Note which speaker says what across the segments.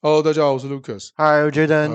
Speaker 1: Hello，大家好，我是 Lucas。
Speaker 2: 嗨，我觉
Speaker 1: 哎
Speaker 2: 得，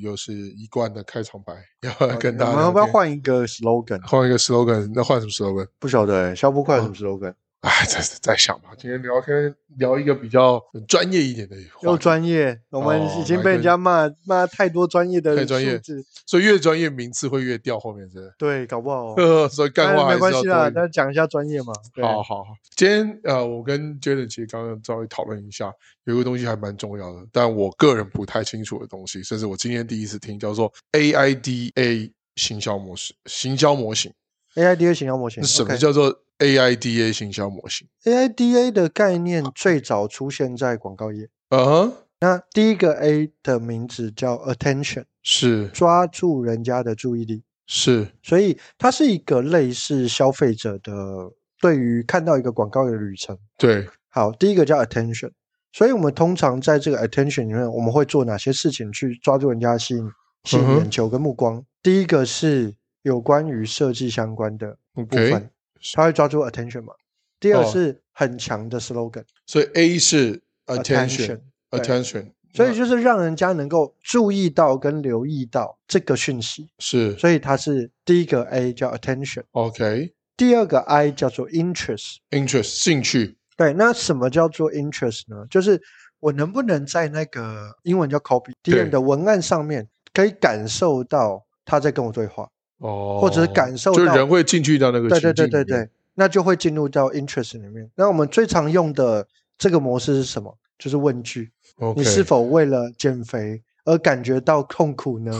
Speaker 1: 又是一贯的开场白，要来
Speaker 2: 呃
Speaker 1: 跟大家
Speaker 2: 我们要不要
Speaker 1: 聊天
Speaker 2: 换一个 slogan？
Speaker 1: 换一个 slogan？那换什么 slogan？
Speaker 2: 不晓得欸，消波快有什
Speaker 1: 哦
Speaker 2: 么 slogan？
Speaker 1: 哎，再再想吧。今天聊天聊一个比较专业一点的话题，
Speaker 2: 又专业，我们
Speaker 1: 哦
Speaker 2: 已经被人家骂骂太多专业的
Speaker 1: 太专业
Speaker 2: 数字
Speaker 1: 所以越专业名次会越掉后面，真的。
Speaker 2: 对，搞不好哦。
Speaker 1: 呃，所以干
Speaker 2: 但
Speaker 1: 话还
Speaker 2: 没
Speaker 1: 是要
Speaker 2: 关
Speaker 1: 多
Speaker 2: 系啦，
Speaker 1: 一点。
Speaker 2: 但讲一下专业嘛。对
Speaker 1: 好好好，今天呃，我跟 Jaden 其实刚刚稍微讨论一下，有一个东西还蛮重要的，但我个人不太清楚的东西，甚至我今天第一次听，叫做 AIDA 行销模式、行销模型。
Speaker 2: ，AIDA 形象模型
Speaker 1: 那什么
Speaker 2: OK
Speaker 1: 叫做 AIDA 行销模型？
Speaker 2: AIDA 的概念最早出现在广告业。
Speaker 1: 嗯哼，
Speaker 2: 那第一个 A 的名字叫 attention，
Speaker 1: 是
Speaker 2: 抓住人家的注意力。
Speaker 1: 是
Speaker 2: 所以它是一个类似消费者的对于看到一个广告的旅程。
Speaker 1: 对，
Speaker 2: 好，第一个叫 attention，所以我们通常在这个 attention 里面，我们会做哪些事情去抓住人家的吸引、吸
Speaker 1: 嗯
Speaker 2: 引
Speaker 1: 哼
Speaker 2: 眼球跟目光？第一个是有关于设计相关的部
Speaker 1: OK
Speaker 2: 分，它会抓住 attention 嘛。第二
Speaker 1: 哦
Speaker 2: 是很强的 slogan，、
Speaker 1: 所以 A 是
Speaker 2: Attention，
Speaker 1: attention
Speaker 2: 对
Speaker 1: attention，
Speaker 2: 所以就是让人家能够注意到跟留意到这个讯息，
Speaker 1: 是
Speaker 2: 所以它是第一个 A 叫 attention，
Speaker 1: OK
Speaker 2: 第二个 I 叫做 interest。
Speaker 1: interest 兴趣
Speaker 2: 对，那什么叫做 interest 呢？就是我能不能在那个英文叫 copy 敌
Speaker 1: 对
Speaker 2: 人的文案上面，可以感受到他在跟我对话，
Speaker 1: 哦，
Speaker 2: 或者是感受
Speaker 1: 就
Speaker 2: 到
Speaker 1: 人会进去到那个
Speaker 2: 对
Speaker 1: 情
Speaker 2: 对对
Speaker 1: 境
Speaker 2: 对
Speaker 1: 里面
Speaker 2: 对，那就会进入到 interest 里面。那我们最常用的这个模式是什么？就是问句：
Speaker 1: ，OK，
Speaker 2: 你 是否为了减肥而感觉到痛苦呢？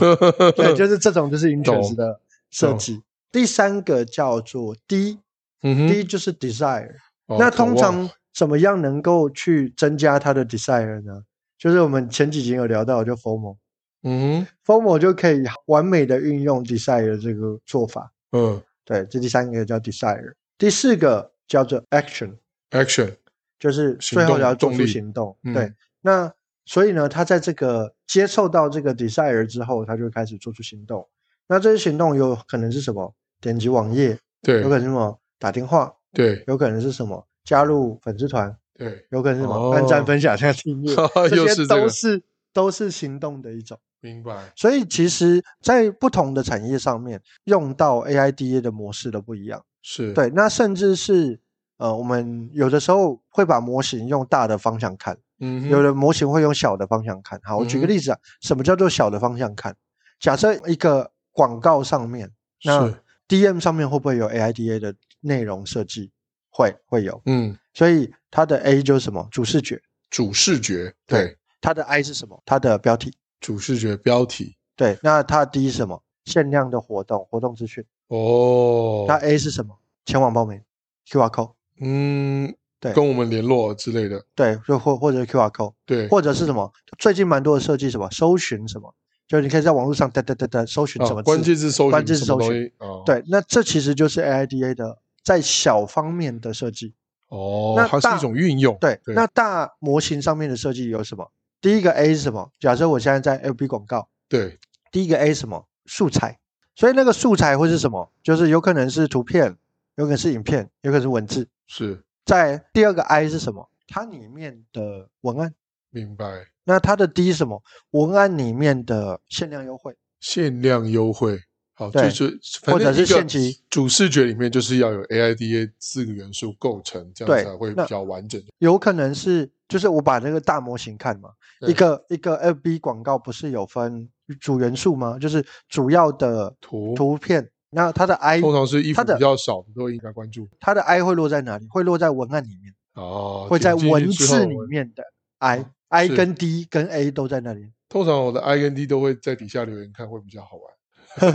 Speaker 2: 对，就是这种就是 interest 的设
Speaker 1: 懂
Speaker 2: 计。第三个叫做 D，D
Speaker 1: 嗯哼，
Speaker 2: 就是 desire。
Speaker 1: 哦
Speaker 2: 那
Speaker 1: 渴
Speaker 2: 通
Speaker 1: 望
Speaker 2: 常怎么样能够去增加他的 desire 呢？就是我们前几集有聊到，就 formal，formal
Speaker 1: 嗯哼
Speaker 2: 就可以完美的运用 desire 这个做法。
Speaker 1: 嗯
Speaker 2: 对，这第三个叫 desire，第四个叫做 action，
Speaker 1: action
Speaker 2: 就是
Speaker 1: 行
Speaker 2: 最后
Speaker 1: 动
Speaker 2: 要做
Speaker 1: 动
Speaker 2: 出
Speaker 1: 力
Speaker 2: 行动。
Speaker 1: 嗯
Speaker 2: 对，那所以呢，他在这个接受到这个 desire 之后，他就开始做出行动。那这些行动有可能是什么？点击网页，
Speaker 1: 对
Speaker 2: 有可能是什么？打电话，
Speaker 1: 对
Speaker 2: 有可能是什么？加入粉丝团，
Speaker 1: 对，
Speaker 2: 有可能是什么、按赞、
Speaker 1: 哦，
Speaker 2: 分享、加订阅
Speaker 1: 又是
Speaker 2: 这些
Speaker 1: 这
Speaker 2: 都
Speaker 1: 个
Speaker 2: 是都是行动的一种。
Speaker 1: 明白
Speaker 2: 所以其实，在不同的产业上面，用到 AIDA 的模式都不一样。
Speaker 1: 是
Speaker 2: 对，那甚至是呃，我们有的时候会把模型用大的方向看，
Speaker 1: 嗯哼
Speaker 2: 有的模型会用小的方向看。好，我举
Speaker 1: 嗯
Speaker 2: 个例子啊，什么叫做小的方向看？假设一个广告上面，那
Speaker 1: 是
Speaker 2: DM 上面会不会有 AIDA 的内容设计？会会有，
Speaker 1: 嗯
Speaker 2: 所以它的 A 就是什么主视觉，
Speaker 1: 主视觉
Speaker 2: 对
Speaker 1: 对
Speaker 2: 它的 I 是什么？它的标题。
Speaker 1: 主视觉标题
Speaker 2: 对，那它的 D 是什么？限量的活动，活动资讯。
Speaker 1: 哦，
Speaker 2: 那 A 是什么？前往报名，QR code。
Speaker 1: 嗯，
Speaker 2: 对
Speaker 1: 跟我们联络之类的，
Speaker 2: 对，就或或者是 QR code，
Speaker 1: 对，
Speaker 2: 或者是什么？最近蛮多的设计什么？搜寻什么？就是你可以在网络上哒哒哒哒搜寻什
Speaker 1: 啊
Speaker 2: 么字、
Speaker 1: 关键字搜寻
Speaker 2: 关键字
Speaker 1: 什么
Speaker 2: 搜
Speaker 1: 东
Speaker 2: 寻
Speaker 1: 西啊？，
Speaker 2: 对，那这其实就是 AIDA 的在小方面的设计。
Speaker 1: 哦
Speaker 2: 那，
Speaker 1: 它是
Speaker 2: 大
Speaker 1: 一种运用，
Speaker 2: 对，
Speaker 1: 对
Speaker 2: 那大模型上面的设计有什么？第一个 A 是什么？假设我现在在 LB 广告，
Speaker 1: 对
Speaker 2: 第一个 A 是什么素材，所以那个素材会是什么？就是有可能是图片，有可能是影片，有可能是文字。
Speaker 1: 是
Speaker 2: 在第二个 I 是什么？它里面的文案。
Speaker 1: 明白。
Speaker 2: 那它的 D 是什么？文案里面的限量优惠。
Speaker 1: 限量优惠，好，就
Speaker 2: 对
Speaker 1: 是
Speaker 2: 或者是
Speaker 1: 现
Speaker 2: 限期
Speaker 1: 主视觉里面就是要有 AIDA 四个元素构成，这样
Speaker 2: 对
Speaker 1: 才会比
Speaker 2: 那
Speaker 1: 较完整。
Speaker 2: 有可能是就是我把那个大模型看嘛，
Speaker 1: 对
Speaker 2: 一个一个 FB 广告不是有分主元素吗？就是主要的
Speaker 1: 图
Speaker 2: 图片。那它的 I
Speaker 1: 通常是衣服
Speaker 2: 哎它的
Speaker 1: 比较少的都应该关注
Speaker 2: 它的 I 会落在哪里？会落在文案里面，
Speaker 1: 哦，
Speaker 2: 会在
Speaker 1: 点进去
Speaker 2: 文
Speaker 1: 之
Speaker 2: 字
Speaker 1: 后
Speaker 2: 里
Speaker 1: 我哦
Speaker 2: 面的 I I
Speaker 1: 是
Speaker 2: 跟 D 跟 A 都在 那里。
Speaker 1: 通常我的 I 跟 D 都会在底下留言看，会比较好玩。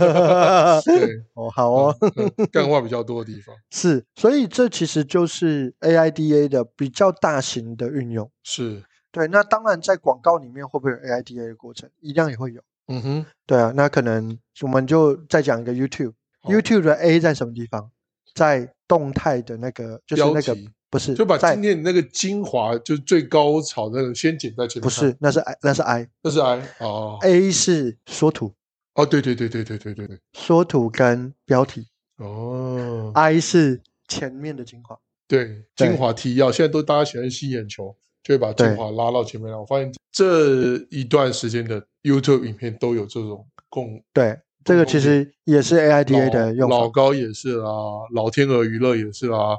Speaker 1: 对
Speaker 2: 对， 哦，好哦，
Speaker 1: 嗯嗯干话比较多的地方
Speaker 2: 是，所以这其实就是 AIDA 的比较大型的运用。
Speaker 1: 是，
Speaker 2: 对，那当然在广告里面会不会有 AIDA 的过程，一样也会有。
Speaker 1: 嗯哼，
Speaker 2: 对啊，那可能我们就再讲一个
Speaker 1: 好
Speaker 2: YouTube，YouTube 的 A 在什么地方？在动态的那个，就是
Speaker 1: 标
Speaker 2: 那个
Speaker 1: 题
Speaker 2: 不是，
Speaker 1: 就把
Speaker 2: 在
Speaker 1: 今天那个精华，就是最高潮的那个先剪在前面看。
Speaker 2: 不是，哎那是 I，那是 I，A
Speaker 1: 那是 I 哦
Speaker 2: 是缩图，
Speaker 1: 哦，对对对对对对对对，
Speaker 2: 缩图跟标题
Speaker 1: 哦，
Speaker 2: ，I 是前面的精华。
Speaker 1: 对，
Speaker 2: 啊对
Speaker 1: 精华提要，现在都大家喜欢吸眼球，就会把精
Speaker 2: 对
Speaker 1: 华拉到前面来。我发现这一段时间的 YouTube 影片都有这种共
Speaker 2: 对，这个
Speaker 1: 共
Speaker 2: 其实也是 AIDA 的用
Speaker 1: 哦老
Speaker 2: 法。
Speaker 1: 高也是啊，老天鹅娱乐也是啊，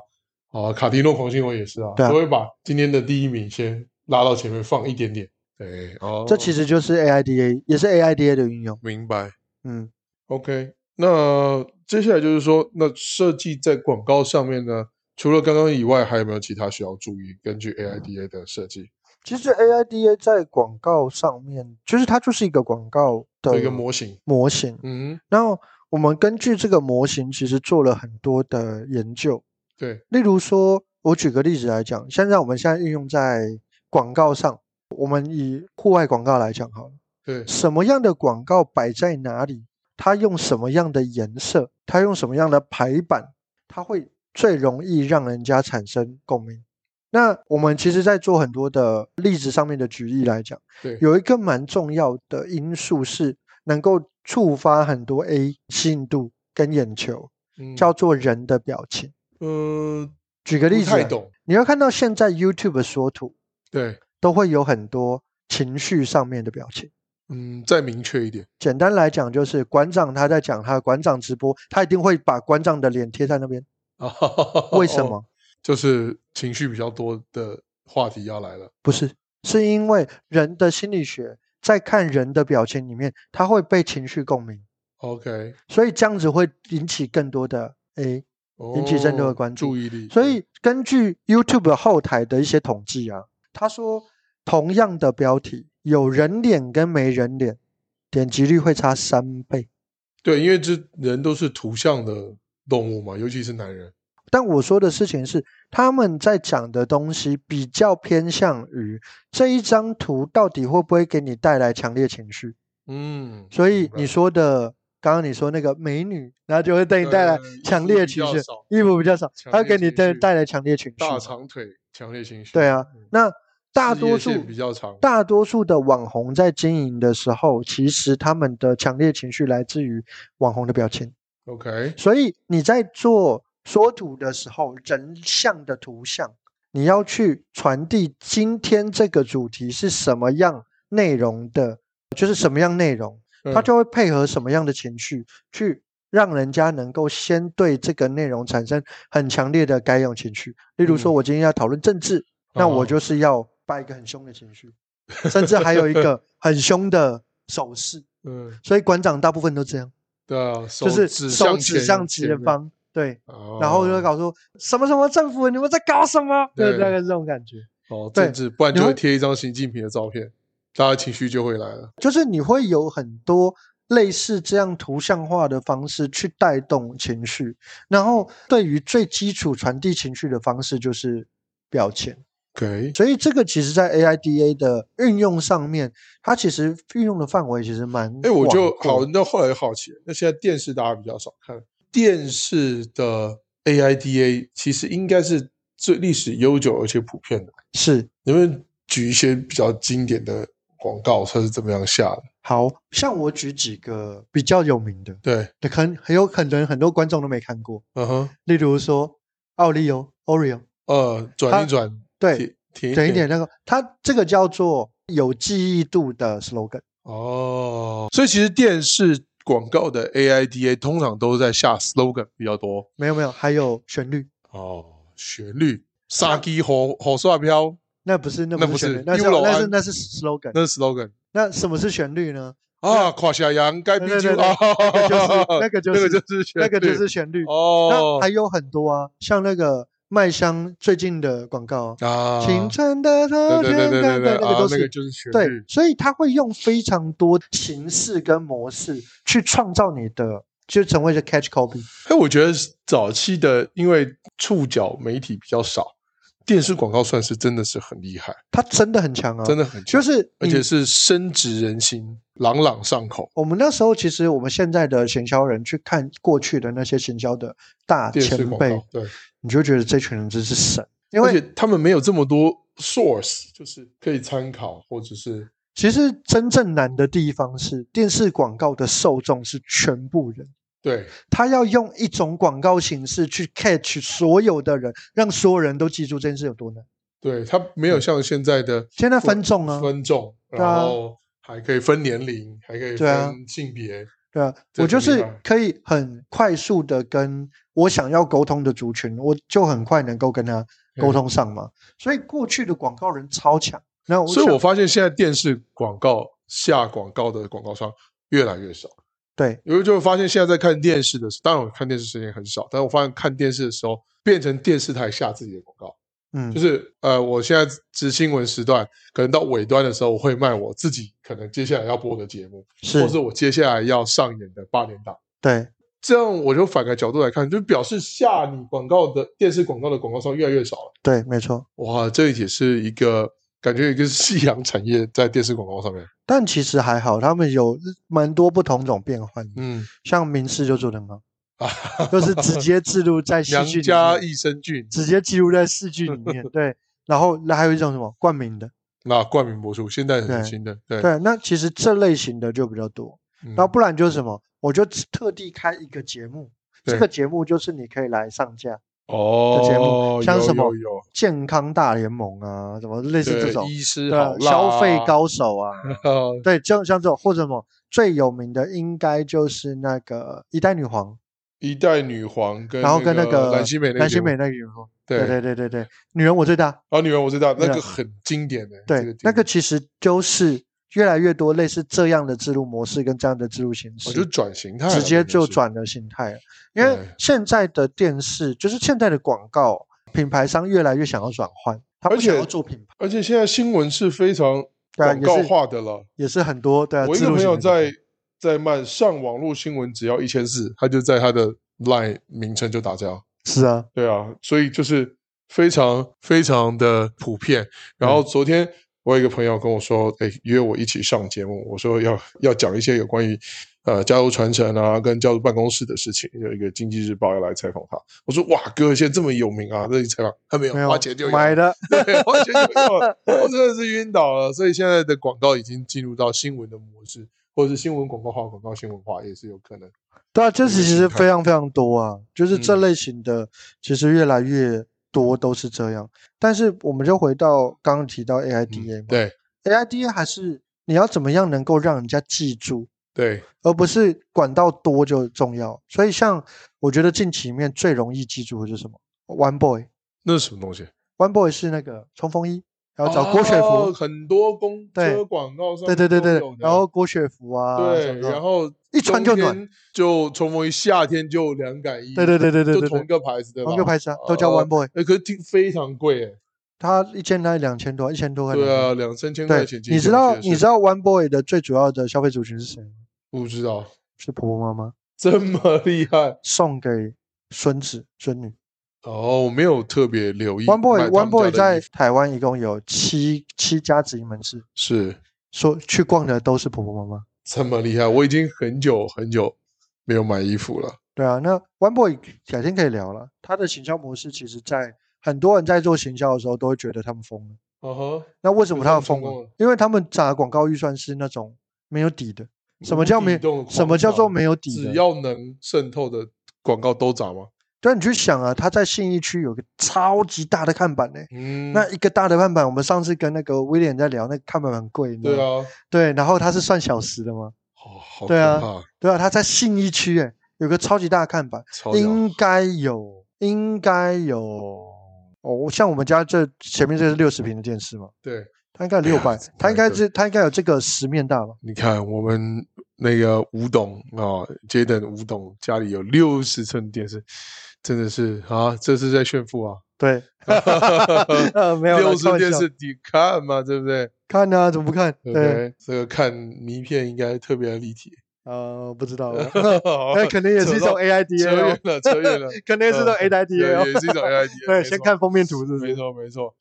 Speaker 1: 啊，卡迪诺狂新闻也是啊，
Speaker 2: 对啊
Speaker 1: 都会把今天的第一名先拉到前面放一点点。对，哦，
Speaker 2: 这其实就是 AIDA，也是 AIDA 的运用。
Speaker 1: 明白。
Speaker 2: 嗯，
Speaker 1: OK，那接下来就是说，那设计在广告上面呢，除了刚刚以外，还有没有其他需要注意？根据 AIDA 的设计，
Speaker 2: 其实 AIDA 在广告上面，就是它就是一个广告的
Speaker 1: 有一个模型，
Speaker 2: 模型。
Speaker 1: 嗯，
Speaker 2: 然后我们根据这个模型，其实做了很多的研究。
Speaker 1: 对，
Speaker 2: 例如说，我举个例子来讲，现在我们现在运用在广告上，我们以户外广告来讲好了，
Speaker 1: 对，
Speaker 2: 什么样的广告摆在哪里，它用什么样的颜色，它用什么样的排版，它会最容易让人家产生共鸣。那我们其实，在做很多的例子上面的举例来讲，
Speaker 1: 对，
Speaker 2: 有一个蛮重要的因素是能够触发很多 A 吸引度跟眼球，
Speaker 1: 嗯
Speaker 2: 叫做人的表情。
Speaker 1: 呃，
Speaker 2: 举个
Speaker 1: 不
Speaker 2: 例子啊
Speaker 1: 太
Speaker 2: 来，
Speaker 1: 懂，
Speaker 2: 你会看到现在 YouTube 的缩图
Speaker 1: 对，
Speaker 2: 都会有很多情绪上面的表情。
Speaker 1: 嗯，再明确一点，
Speaker 2: 简单来讲，就是馆长他在讲他的馆长直播，他一定会把馆长的脸贴在那边。
Speaker 1: 啊，
Speaker 2: 为什么？
Speaker 1: 就是情绪比较多的话题要来了，
Speaker 2: 不是，是因为人的心理学在看人的表情里面，他会被情绪共鸣，
Speaker 1: OK，
Speaker 2: 所以这样子会引起更多的 A。引起更多的
Speaker 1: 哦
Speaker 2: 关注
Speaker 1: 注意力，
Speaker 2: 所以根据 YouTube 后台的一些统计啊，他说同样的标题，有人脸跟没人脸，点击率会差三倍。
Speaker 1: 对，因为这人都是图像的动物嘛，尤其是男人，
Speaker 2: 但我说的事情是，他们在讲的东西比较偏向于这一张图到底会不会给你带来强烈情绪。
Speaker 1: 嗯，
Speaker 2: 所以
Speaker 1: 明白
Speaker 2: 你说的，刚刚你说那个美女，然后就会对你带来
Speaker 1: 对衣
Speaker 2: 强
Speaker 1: 服
Speaker 2: 烈
Speaker 1: 比
Speaker 2: 情
Speaker 1: 较
Speaker 2: 绪
Speaker 1: 少，
Speaker 2: 衣服比较少，
Speaker 1: 强
Speaker 2: 它会
Speaker 1: 烈
Speaker 2: 给你
Speaker 1: 情
Speaker 2: 带
Speaker 1: 绪
Speaker 2: 带来强烈情绪
Speaker 1: 大
Speaker 2: 嘛。
Speaker 1: 长腿，强烈情绪，
Speaker 2: 对啊
Speaker 1: 嗯，
Speaker 2: 那大
Speaker 1: 事
Speaker 2: 多
Speaker 1: 业
Speaker 2: 数
Speaker 1: 线比较长，
Speaker 2: 大多数的网红在经营的时候，其实他们的强烈情绪来自于网红的表情。
Speaker 1: OK，
Speaker 2: 所以你在做缩图的时候，人像的图像，你要去传递今天这个主题是什么样内容的，就是什么样内容，它
Speaker 1: 嗯
Speaker 2: 就会配合什么样的情绪，去让人家能够先对这个内容产生很强烈的该用情绪。例如说，
Speaker 1: 嗯
Speaker 2: 我今天要讨论政治，那我
Speaker 1: 哦
Speaker 2: 就是要发一个很凶的情绪，甚至还有一个很凶的手势。
Speaker 1: 嗯，
Speaker 2: 所以馆长大部分都这样。
Speaker 1: 对啊， 手
Speaker 2: 就是
Speaker 1: 指
Speaker 2: 手
Speaker 1: 向
Speaker 2: 指
Speaker 1: 前
Speaker 2: 向前
Speaker 1: 面，
Speaker 2: 方，对，
Speaker 1: 哦
Speaker 2: 然后就会搞出什么什么政府，你们在搞什么？对，
Speaker 1: 对
Speaker 2: 大概是这种感觉，
Speaker 1: 哦
Speaker 2: 对
Speaker 1: 政治，不然
Speaker 2: 你
Speaker 1: 就会
Speaker 2: 会
Speaker 1: 贴一张习近平的照片，大家情绪就会来了。
Speaker 2: 就是你会有很多类似这样图像化的方式去带动情绪，然后对于最基础传递情绪的方式就是表情，
Speaker 1: OK，
Speaker 2: 所以这个其实在 AIDA 的运用上面，它其实运用的范围其实蛮广
Speaker 1: 哎，
Speaker 2: 阔，
Speaker 1: 我就好，那后来就好奇了，那现在电视大家比较少看，电视的 AIDA 其实应该是最历史悠久而且普遍的，
Speaker 2: 是
Speaker 1: 能不能举一些比较经典的广告，它是怎么样下的？
Speaker 2: 好像我举几个比较有名的，
Speaker 1: 对，
Speaker 2: 可能很有可能很多观众都没看过。
Speaker 1: 嗯哼，
Speaker 2: 例如说奥利欧 （Oreo），
Speaker 1: 呃，转
Speaker 2: 它
Speaker 1: 一转，
Speaker 2: 对，
Speaker 1: 停停
Speaker 2: 等一点那个，它这个叫做有记忆度的 slogan。
Speaker 1: 哦，所以其实电视广告的 AIDA 通常都在下 slogan 比较多
Speaker 2: 没有没有，还有旋律，
Speaker 1: 哦，旋律杀鸡火火刷飘
Speaker 2: 那不是那
Speaker 1: 那
Speaker 2: 不
Speaker 1: 不
Speaker 2: 是旋
Speaker 1: 是
Speaker 2: 律，那是
Speaker 1: 优柔
Speaker 2: 那是
Speaker 1: 安
Speaker 2: 那是 slogan。
Speaker 1: 啊那是 slogan
Speaker 2: 那什么是旋律呢？
Speaker 1: 啊，垮小羊该
Speaker 2: 对
Speaker 1: 逼
Speaker 2: 对
Speaker 1: 就
Speaker 2: 对
Speaker 1: 啊，
Speaker 2: 那个就是
Speaker 1: 哦那
Speaker 2: 那个就
Speaker 1: 个
Speaker 2: 是
Speaker 1: 就是
Speaker 2: 那个就
Speaker 1: 旋律
Speaker 2: 是旋律。那
Speaker 1: 哦
Speaker 2: 还有很多啊，像那个麦香最近的广告啊，
Speaker 1: 啊，
Speaker 2: 青春的
Speaker 1: 对
Speaker 2: 头
Speaker 1: 对对
Speaker 2: 天
Speaker 1: 对对
Speaker 2: 干
Speaker 1: 对
Speaker 2: 的那个
Speaker 1: 啊
Speaker 2: 都，
Speaker 1: 那个
Speaker 2: 是。
Speaker 1: 就是旋
Speaker 2: 对
Speaker 1: 律，，
Speaker 2: 所以他会用非常多形式跟模式去创造你的，就成为一个 catch copy。
Speaker 1: 哎，我觉得早期的因为触角媒体比较少，电视广告算是真的是很厉害，
Speaker 2: 它真的很强啊，
Speaker 1: 真的很强
Speaker 2: 就。是
Speaker 1: 而
Speaker 2: 你
Speaker 1: 且是深植人心，朗朗上口。
Speaker 2: 我们那时候其实我们现在的行销人去看过去的那些行销的大
Speaker 1: 电视
Speaker 2: 啊前
Speaker 1: 广
Speaker 2: 辈
Speaker 1: 告，，对，
Speaker 2: 你就会觉得这群人真是神，因
Speaker 1: 而
Speaker 2: 为
Speaker 1: 且他们没有这么多 source，就是可以参考，或者是
Speaker 2: 其实真正难的地方是电视广告的受众是全部人，
Speaker 1: 对
Speaker 2: 他要用一种广告形式去 catch 所有的人，让所有人都记住这件事有多难。
Speaker 1: 对，它没有像现在的
Speaker 2: 现在分众嗯啊，
Speaker 1: 分众，
Speaker 2: 对啊
Speaker 1: 然后还可以分年龄，还可以
Speaker 2: 对啊
Speaker 1: 分性别，
Speaker 2: 对啊，
Speaker 1: 这
Speaker 2: 我就
Speaker 1: 很厉
Speaker 2: 是
Speaker 1: 害
Speaker 2: 可以很快速的跟我想要沟通的族群，我就很快能够跟他沟
Speaker 1: 嗯
Speaker 2: 通上嘛。所以过去的广告人超强，那我
Speaker 1: 所以
Speaker 2: 想
Speaker 1: 我发现现在电视广告下广告的广告商越来越少，
Speaker 2: 对
Speaker 1: 因为就会发现现在在看电视的时候，当然我看电视时间很少，但是我发现看电视的时候变成电视台下自己的广告，
Speaker 2: 嗯
Speaker 1: 就，是呃，我现在执新闻时段，可能到尾端的时候，我会卖我自己可能接下来要播的节目，或
Speaker 2: 是
Speaker 1: 是我接下来要上演的八点档。
Speaker 2: 对
Speaker 1: 这样我就反个角度来看，就表示下你广告的电视广告的广告商越来越少了。
Speaker 2: 对，没错。
Speaker 1: 哇，这也是一个感觉，一个夕阳产业在电视广告上面。
Speaker 2: 但其实还好，他们有蛮多不同种变换的，
Speaker 1: 嗯，
Speaker 2: 像民视就做得 很好，
Speaker 1: 啊，
Speaker 2: 就是直接置入在戏
Speaker 1: 娘
Speaker 2: 剧里
Speaker 1: 家
Speaker 2: 面，
Speaker 1: 益生菌，
Speaker 2: 直接记录在戏剧里面。 对，然后那还有一种什么冠名的，
Speaker 1: 那冠名播出，现在很新的，对，
Speaker 2: 对，那其实这类型的就比较多。
Speaker 1: 嗯
Speaker 2: 然后不然就是什么，我就只特地开一个节目，这
Speaker 1: 对
Speaker 2: 个节目就是你可以来上架
Speaker 1: 哦，
Speaker 2: 的节目像
Speaker 1: 有
Speaker 2: 什么
Speaker 1: 有有
Speaker 2: 健康大联盟啊，什么类似这
Speaker 1: 对
Speaker 2: 种，
Speaker 1: 医师
Speaker 2: 对
Speaker 1: 好
Speaker 2: 啊，
Speaker 1: 辣
Speaker 2: 消 费
Speaker 1: 啊，
Speaker 2: 高手啊，对，像像这种或者什么最有名的应该就是那个一代女皇，
Speaker 1: 一代女皇跟
Speaker 2: 然后跟那
Speaker 1: 个
Speaker 2: 个
Speaker 1: 蓝心湄那个
Speaker 2: 蓝
Speaker 1: 节
Speaker 2: 心
Speaker 1: 目
Speaker 2: 湄那个女皇，
Speaker 1: 对
Speaker 2: 对对对对，女人我最大，
Speaker 1: 啊，女人我知道，
Speaker 2: 对
Speaker 1: 那
Speaker 2: 啊
Speaker 1: 个很经典的，这
Speaker 2: 对，那
Speaker 1: 电
Speaker 2: 个
Speaker 1: 影
Speaker 2: 其实就是越来越多类似这样的制度模式跟这样的制度形
Speaker 1: 哦
Speaker 2: 式，
Speaker 1: 我就转型态了，
Speaker 2: 直接
Speaker 1: 感觉
Speaker 2: 就是转了形态了。因为
Speaker 1: 对
Speaker 2: 现在的电视，就是现在的广告品牌商越来越想要转换，他
Speaker 1: 而
Speaker 2: 不想
Speaker 1: 且
Speaker 2: 要做品牌，
Speaker 1: 而且现在新闻是非常
Speaker 2: 对啊
Speaker 1: 广告
Speaker 2: 也是
Speaker 1: 化的了。
Speaker 2: 也是很多对啊。
Speaker 1: 我一
Speaker 2: 自
Speaker 1: 个
Speaker 2: 录
Speaker 1: 朋
Speaker 2: 型
Speaker 1: 友
Speaker 2: 的广告
Speaker 1: 在在卖上网络新闻，只要一千四，他就在他的 Line 名称就打这样。
Speaker 2: 是啊，
Speaker 1: 对啊，所以就是非常非常的普遍。然
Speaker 2: 嗯
Speaker 1: 后昨天我有一个朋友跟我说，哎，约我一起上节目，我说要要讲一些有关于呃家族传承啊跟家族办公室的事情。有一个经济日报要来采访他，我说哇哥，现在这么有名啊，这里采访他没有
Speaker 2: 没有
Speaker 1: 花钱就有
Speaker 2: 买的，
Speaker 1: 对，完全就没有 了，我真的是晕倒了。所以现在的广告已经进入到新闻的模式，或者是新闻广告化、广告新闻化也是有可能。嗯
Speaker 2: 对啊，就是
Speaker 1: 这个
Speaker 2: 其
Speaker 1: 形
Speaker 2: 实
Speaker 1: 态
Speaker 2: 非常非常多啊，就是这
Speaker 1: 嗯
Speaker 2: 类型的其实越来越多都是这样。但是我们就回到刚刚提到 AIDA 嘛、
Speaker 1: 嗯对
Speaker 2: AIDA 还是你要怎么样能够让人家记住，
Speaker 1: 对，
Speaker 2: 而不是管道多就重要。所以像我觉得近期里面最容易记住的是什么？One Boy，One
Speaker 1: 那是什么东西？
Speaker 2: Boy 是那个冲锋衣，然后找郭雪
Speaker 1: 哦
Speaker 2: 芙，
Speaker 1: 很多公车
Speaker 2: 对
Speaker 1: 广告上
Speaker 2: 对对对对
Speaker 1: 面都有，的
Speaker 2: 然后郭雪芙啊，什
Speaker 1: 对，
Speaker 2: 么的
Speaker 1: 然后
Speaker 2: 一穿就暖
Speaker 1: 冬天就冲锋衣，夏天就凉感衣，
Speaker 2: 对对对对对
Speaker 1: 就
Speaker 2: 对
Speaker 1: 同一
Speaker 2: 对，
Speaker 1: 个牌子的，
Speaker 2: 同一个牌子啊，都叫
Speaker 1: 呃
Speaker 2: One Boy，
Speaker 1: 哎，可是挺非常贵哎，
Speaker 2: 它一件大概两千多，一千多块。
Speaker 1: 对
Speaker 2: 两
Speaker 1: 啊，
Speaker 2: 千
Speaker 1: 两三千
Speaker 2: 对
Speaker 1: 块钱。，
Speaker 2: 你知道你知
Speaker 1: 道
Speaker 2: 道 One Boy 的最主要的消费族群是谁吗？
Speaker 1: 不知道
Speaker 2: 是婆婆妈妈
Speaker 1: 这么厉害？
Speaker 2: 送给孙子孙女。
Speaker 1: 哦，我没有特别留意。
Speaker 2: One Boy
Speaker 1: 买他
Speaker 2: One
Speaker 1: 们家的
Speaker 2: Boy 在
Speaker 1: 衣服
Speaker 2: 台湾一共有七七家直营门市，
Speaker 1: 是
Speaker 2: 说去逛的都是婆婆妈妈。
Speaker 1: 这么厉害，我已经很久很久没有买衣服了。
Speaker 2: 对啊，那 One Boy 改天可以聊了。他的行销模式其实在很多人在做行销的时候都会觉得他们疯了。
Speaker 1: 啊哈，
Speaker 2: 那为什么他们
Speaker 1: 就他们
Speaker 2: 疯
Speaker 1: 成功
Speaker 2: 了
Speaker 1: 了？
Speaker 2: 因为他们砸的广告预算是那种没有底的。什么叫没
Speaker 1: 无底洞的狂
Speaker 2: 什么叫做
Speaker 1: 涨
Speaker 2: 没有底
Speaker 1: 只
Speaker 2: 的？
Speaker 1: 要能渗透的广告都涨吗？
Speaker 2: 对，你去想啊，他在信义区有个超级大的看板呢、
Speaker 1: 嗯，
Speaker 2: 那一个大的看板，我们上次跟那个威廉在聊，那个看板很贵，你知
Speaker 1: 对
Speaker 2: 道
Speaker 1: 啊，
Speaker 2: 吗，对，然后他是算小时的嘛，
Speaker 1: 好好
Speaker 2: 对啊
Speaker 1: 可怕，
Speaker 2: 对啊，他在信义区，哎，有个超级大的看板，
Speaker 1: 超屌
Speaker 2: 应该有，应该有。哦，像我们家这前面这个是六十平的电视嘛，
Speaker 1: 对。
Speaker 2: 它应该
Speaker 1: 对
Speaker 2: 六
Speaker 1: 啊
Speaker 2: 百、
Speaker 1: 这
Speaker 2: 它应该
Speaker 1: 对
Speaker 2: 是它应该有这个十面大吧？
Speaker 1: 你看我们那个吴董啊，Jaden 吴董家里有六十寸电视，真的是啊，这是在炫富啊！
Speaker 2: 对，呃， 没有啦
Speaker 1: 六十
Speaker 2: 开玩
Speaker 1: 电
Speaker 2: 笑
Speaker 1: 视你看嘛，对不对？
Speaker 2: 看啊，怎么不看？
Speaker 1: 对
Speaker 2: 对
Speaker 1: 不对？这个看迷片应该特别立 体。，
Speaker 2: 呃，不知道 那
Speaker 1: 那
Speaker 2: 哎可能也是一种
Speaker 1: 扯
Speaker 2: AIDA，
Speaker 1: 远
Speaker 2: 哦
Speaker 1: 了，扯远了，
Speaker 2: 可能也是一种
Speaker 1: 嗯
Speaker 2: AIDA，
Speaker 1: 对也
Speaker 2: 哦
Speaker 1: 是一种 AI。
Speaker 2: 对，先看封面图是不
Speaker 1: 没
Speaker 2: 是？
Speaker 1: 错，没错。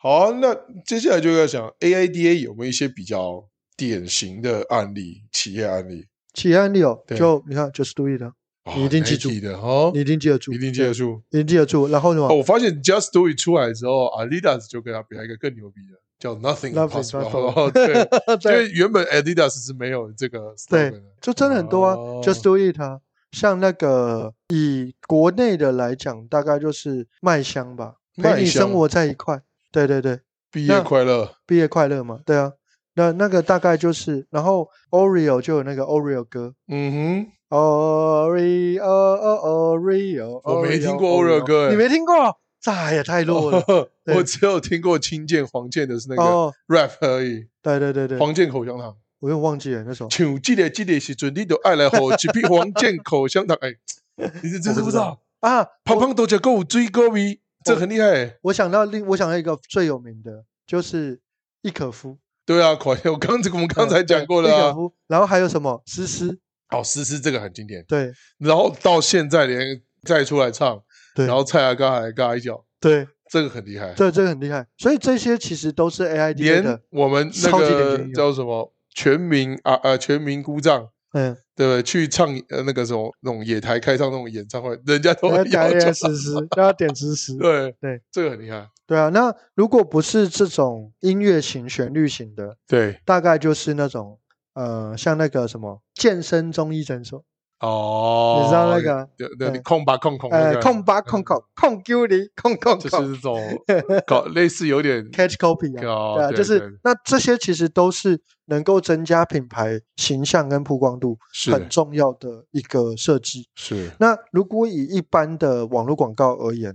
Speaker 1: 好，啊那接下来就要想 AIDA 有没有一些比较典型的案例，企业案例？
Speaker 2: 企业案例哦，
Speaker 1: 对
Speaker 2: 就你看，Just Do It，啊你一定记住
Speaker 1: Nike 的哦
Speaker 2: 你，一定记得住，
Speaker 1: 一定记得
Speaker 2: 对，
Speaker 1: 住。
Speaker 2: 一定记得住。然后呢
Speaker 1: 哦，我发现 Just Do It 出来之后，Adidas 就给他比了一个更牛逼的，叫 Nothing
Speaker 2: Nothing
Speaker 1: Impossible。
Speaker 2: Impossible
Speaker 1: 哦 对，因
Speaker 2: 对
Speaker 1: 为原本 Adidas 是没有这个 slogan 的。
Speaker 2: 就真的很多啊、j
Speaker 1: 哦
Speaker 2: u s t Do It 啊，像那个以国内的来讲，大概就是麦香吧，
Speaker 1: 麦
Speaker 2: 陪你
Speaker 1: 香
Speaker 2: 生活在一块，对对对，
Speaker 1: 毕业
Speaker 2: 那
Speaker 1: 快乐，
Speaker 2: 毕业快乐嘛，对啊，那那个大概就是，然后 Oreo 就有那个 Oreo 歌
Speaker 1: 嗯哼，
Speaker 2: ，Oreo 哦 Oreo，
Speaker 1: 我没
Speaker 2: Oreo，哦
Speaker 1: 听过 Oreo 歌欸
Speaker 2: 你没听过？这也太弱了对
Speaker 1: 我只有听过青剑黄剑的是那个
Speaker 2: 哦，
Speaker 1: rap 而已，
Speaker 2: 对对对对，
Speaker 1: 黄剑口香糖。
Speaker 2: 我又忘记了那首，
Speaker 1: 像这个这个时阵，你就爱来喝一瓶黄健口香糖。哎，你是真是不知道，
Speaker 2: 啊，
Speaker 1: 胖胖都叫够追歌迷，这很厉害、
Speaker 2: 我想到另我想到一个最有名的，就是郁可夫，
Speaker 1: 对啊，快！我刚我们刚才
Speaker 2: 嗯对对
Speaker 1: 讲过了、
Speaker 2: 郁可
Speaker 1: 啊。
Speaker 2: 夫，然后还有什么诗诗，
Speaker 1: 哦，诗诗这个很经典，
Speaker 2: 对
Speaker 1: 然后到现在连再出来唱，
Speaker 2: 对
Speaker 1: 然后蔡阿嘎还嘎一脚，
Speaker 2: 对，
Speaker 1: 这个很厉害。
Speaker 2: 这这个很厉害，所以这些其实都是 AI D
Speaker 1: 连
Speaker 2: 的，
Speaker 1: 我们那
Speaker 2: 超级典
Speaker 1: 个
Speaker 2: 型有
Speaker 1: 叫什么全民啊啊全民姑丈。
Speaker 2: 嗯，
Speaker 1: 对不对？去唱呃那个什么那种野台开唱那种演唱会，人家都
Speaker 2: 然后
Speaker 1: 会
Speaker 2: 点
Speaker 1: 要
Speaker 2: AI
Speaker 1: 求。
Speaker 2: 诗诗， 然后点诗诗，
Speaker 1: 对
Speaker 2: 对，
Speaker 1: 这个很厉害。
Speaker 2: 对啊，那如果不是这种音乐型、旋律型的，
Speaker 1: 对，
Speaker 2: 大概就是那种呃，像那个什么健身中医诊所，
Speaker 1: 哦，
Speaker 2: 你知道那个
Speaker 1: 对对，你
Speaker 2: 嗯
Speaker 1: 控吧控控那
Speaker 2: 呃，
Speaker 1: 个
Speaker 2: 控吧控控控 Q 零控控
Speaker 1: 就是
Speaker 2: 控
Speaker 1: 这种 搞类似有点
Speaker 2: catch copy 啊，
Speaker 1: 哦
Speaker 2: 对啊，
Speaker 1: 对
Speaker 2: 就是
Speaker 1: 对
Speaker 2: 那这些其实都是能够增加品牌形象跟曝光度
Speaker 1: 是
Speaker 2: 很重要的一个设计。
Speaker 1: 是
Speaker 2: 那如果以一般的网络广告而言，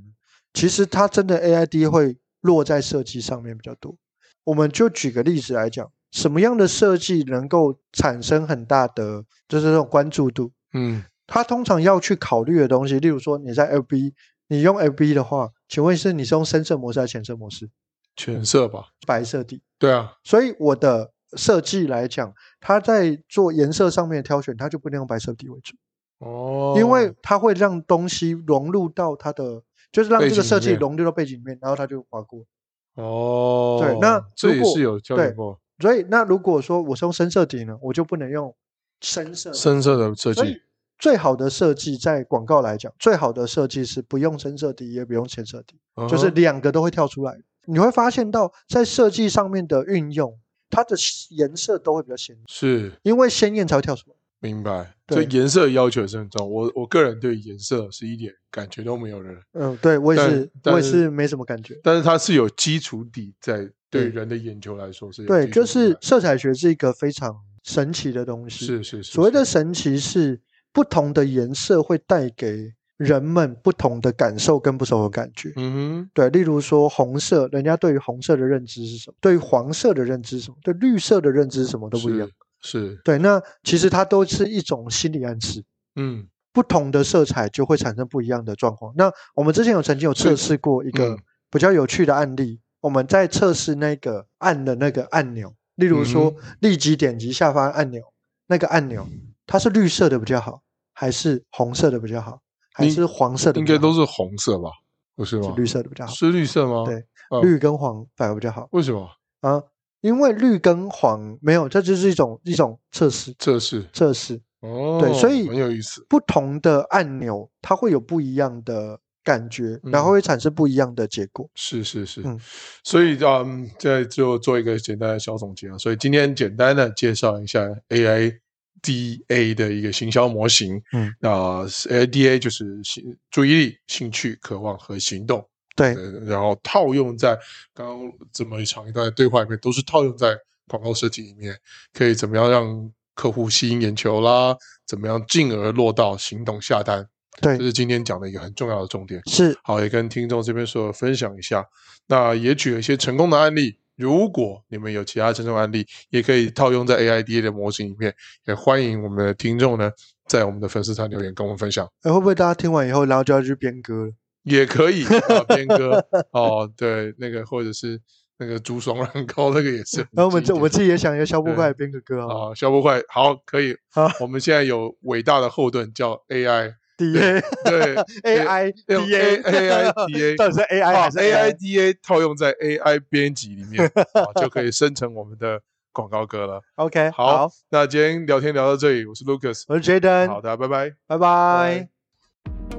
Speaker 2: 其实它真的 AID 会落在设计上面比较多。我们就举个例子来讲，什么样的设计能够产生很大的就是这种关注度？
Speaker 1: 嗯
Speaker 2: 它通常要去考虑的东西，例如说你在 FB，你用 FB 的话，请问是你是用深色模式还是浅色模式？
Speaker 1: 犬色吧？
Speaker 2: 白色底。
Speaker 1: 对啊，
Speaker 2: 所以我的设计来讲，它在做颜色上面的挑选，它就不能用白色底为主。
Speaker 1: 哦，
Speaker 2: 因为它会让东西融入到它的，就是让
Speaker 1: 背
Speaker 2: 这个
Speaker 1: 景
Speaker 2: 设
Speaker 1: 里
Speaker 2: 计
Speaker 1: 面
Speaker 2: 融入到背景里面，然后它就划过。
Speaker 1: 哦，
Speaker 2: 对那
Speaker 1: 这
Speaker 2: 如
Speaker 1: 也
Speaker 2: 果
Speaker 1: 是有交
Speaker 2: 对
Speaker 1: 流过
Speaker 2: 所以，那如果说我是用深色底呢，我就不能用深色。
Speaker 1: 深色的设
Speaker 2: 所以
Speaker 1: 计，
Speaker 2: 最好的设计在广告来讲，最好的设计是不用深色底，也不用浅色底，就是
Speaker 1: 嗯
Speaker 2: 两个都会跳出来。你会发现到在设计上面的运用，它的颜色都会比较鲜艳，
Speaker 1: 是
Speaker 2: 因为鲜艳才会跳出来。
Speaker 1: 明白，
Speaker 2: 对
Speaker 1: 所以颜色的要求也是很重要。我我个人对颜色是一点感觉都没有的人，
Speaker 2: 嗯，对我也
Speaker 1: 但
Speaker 2: 是，
Speaker 1: 但
Speaker 2: 我也
Speaker 1: 是
Speaker 2: 是没什么感觉。
Speaker 1: 但是它是有基础底在，对
Speaker 2: 对
Speaker 1: 人的眼球来说是有
Speaker 2: 对，
Speaker 1: 基
Speaker 2: 就
Speaker 1: 础底
Speaker 2: 是
Speaker 1: 在
Speaker 2: 色彩学是一个非常神奇的东西。
Speaker 1: 是是是
Speaker 2: 所谓的
Speaker 1: 是
Speaker 2: 神奇是不同的颜色会带给人们不同的感受跟不同的感觉。
Speaker 1: 嗯
Speaker 2: 对，例如说红色，人家对于红色的认知是什么？对于黄色的认知是什么？对绿色的认知是什么
Speaker 1: 哼
Speaker 2: 都不一样。
Speaker 1: 是是
Speaker 2: 对，那其实它都是一种心理暗示。
Speaker 1: 嗯
Speaker 2: 不同的色彩就会产生不一样的状况。那我们之前有曾经有
Speaker 1: 所以
Speaker 2: 测试过一个
Speaker 1: 嗯
Speaker 2: 比较有趣的案例，我们在测试那个按的那个按钮，例如说
Speaker 1: 嗯
Speaker 2: 立即点击下方按钮那个按钮，它是绿色的比较好，还是红色的比较好，还
Speaker 1: 你
Speaker 2: 是黄色的
Speaker 1: 应
Speaker 2: 比较
Speaker 1: 该
Speaker 2: 好？
Speaker 1: 都是红色吧？不是吗
Speaker 2: 是？绿色的比较好，
Speaker 1: 是绿色吗？
Speaker 2: 对
Speaker 1: 呃
Speaker 2: 绿跟黄反而比较好
Speaker 1: 为什么？
Speaker 2: 啊，因为绿跟黄没有，这就是一种一种测试
Speaker 1: 这是
Speaker 2: 测试。
Speaker 1: 哦，
Speaker 2: 对所以
Speaker 1: 很有意思。
Speaker 2: 不同的按钮，它会有不一样的感觉，
Speaker 1: 嗯
Speaker 2: 然后会产生不一样的结果。
Speaker 1: 是是是，
Speaker 2: 嗯
Speaker 1: 所以嗯，再就做一个简单的小总结啊。所以今天简单的介绍一下 AI DA 的一个行销模型。
Speaker 2: 嗯，
Speaker 1: 那 AI DA 就是兴注意力、兴趣、渴望和行动，
Speaker 2: 对
Speaker 1: 呃然后套用在刚刚这么一长一段对话里面，都是套用在广告设计里面，可以怎么样让客户吸引眼球啦，怎么样进而落到行动下单，这
Speaker 2: 对，
Speaker 1: 是今天讲的一个很重要的重点。
Speaker 2: 是
Speaker 1: 好，也跟听众这边所有分享一下。那也举了一些成功的案例，如果你们有其他成功案例，也可以套用在 AIDA 的模型里面。也欢迎我们的听众呢，在我们的粉丝团留言跟我们分享，
Speaker 2: 哎，会不会大家听完以后，然后就要去编歌了？
Speaker 1: 也可以啊，编歌哦，对，那个或者是那个竹爽软膏，那个也是很经典。
Speaker 2: 呃然后我们自我们自己也想一个小
Speaker 1: 对
Speaker 2: 波快编个歌啊
Speaker 1: 啊，消波快好，可以
Speaker 2: 好。
Speaker 1: 我们现在有伟大的后盾叫 AI，
Speaker 2: ，D A
Speaker 1: 对
Speaker 2: AI
Speaker 1: 用
Speaker 2: D A
Speaker 1: AIDA
Speaker 2: 到底是 A I
Speaker 1: 把
Speaker 2: 还是 AI？
Speaker 1: AIDA 套用在 AI 编辑里面，啊、就可以生成我们的广告歌了。
Speaker 2: OK，
Speaker 1: 好
Speaker 2: 好，
Speaker 1: 那今天聊天聊到这里，我是 Lucas，
Speaker 2: 我是
Speaker 1: 好
Speaker 2: Jaden，
Speaker 1: 的，拜拜。拜
Speaker 2: 拜拜。